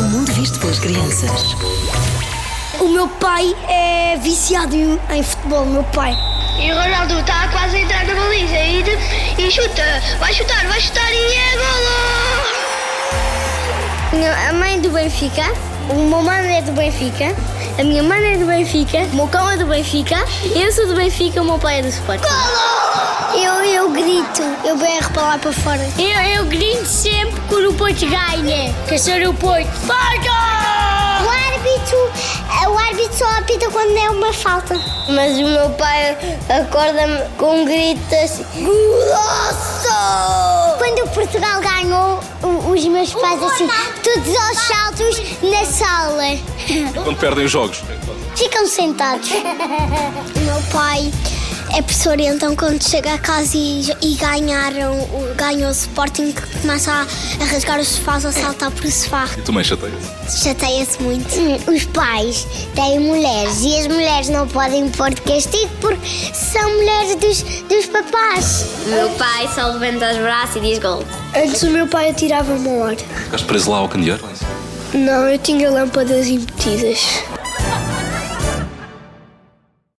é das crianças. O meu pai é viciado em, em futebol, meu pai. E o Ronaldo está quase a entrar na baliza e, é e chuta, vai chutar, vai chutar e é golo! A mãe do Benfica, o meu mano é do Benfica, a minha mãe é do Benfica, o meu cão é do Benfica, eu sou do Benfica, o meu pai é do Sporting. Golo! Eu, eu grito, eu berro para lá para fora. Eu, eu grito sempre quando o Porto ganha, que eu sou do Porto. Porto! O árbitro, o árbitro só apita quando é uma falta. Mas o meu pai acorda-me com um grito assim: Golaço! Quando Portugal ganhou, os meus pais assim, todos aos saltos na sala. Quando perdem os jogos? Ficam sentados. o meu pai é professor e então quando chega a casa e, e ganharam, ganhou o Sporting, começa a, a rasgar os sofás, a saltar por o sofá. E tu mãe chateia-se? Chateia-se muito. Hum, os pais têm mulheres e as mulheres não podem pôr de castigo porque são mulheres dos, dos papás. O meu pai só levanta os braços e diz gol. Antes o meu pai atirava-me ao ar. Ficaste preso lá ao candeeiro? Não, eu tinha lâmpadas embutidas.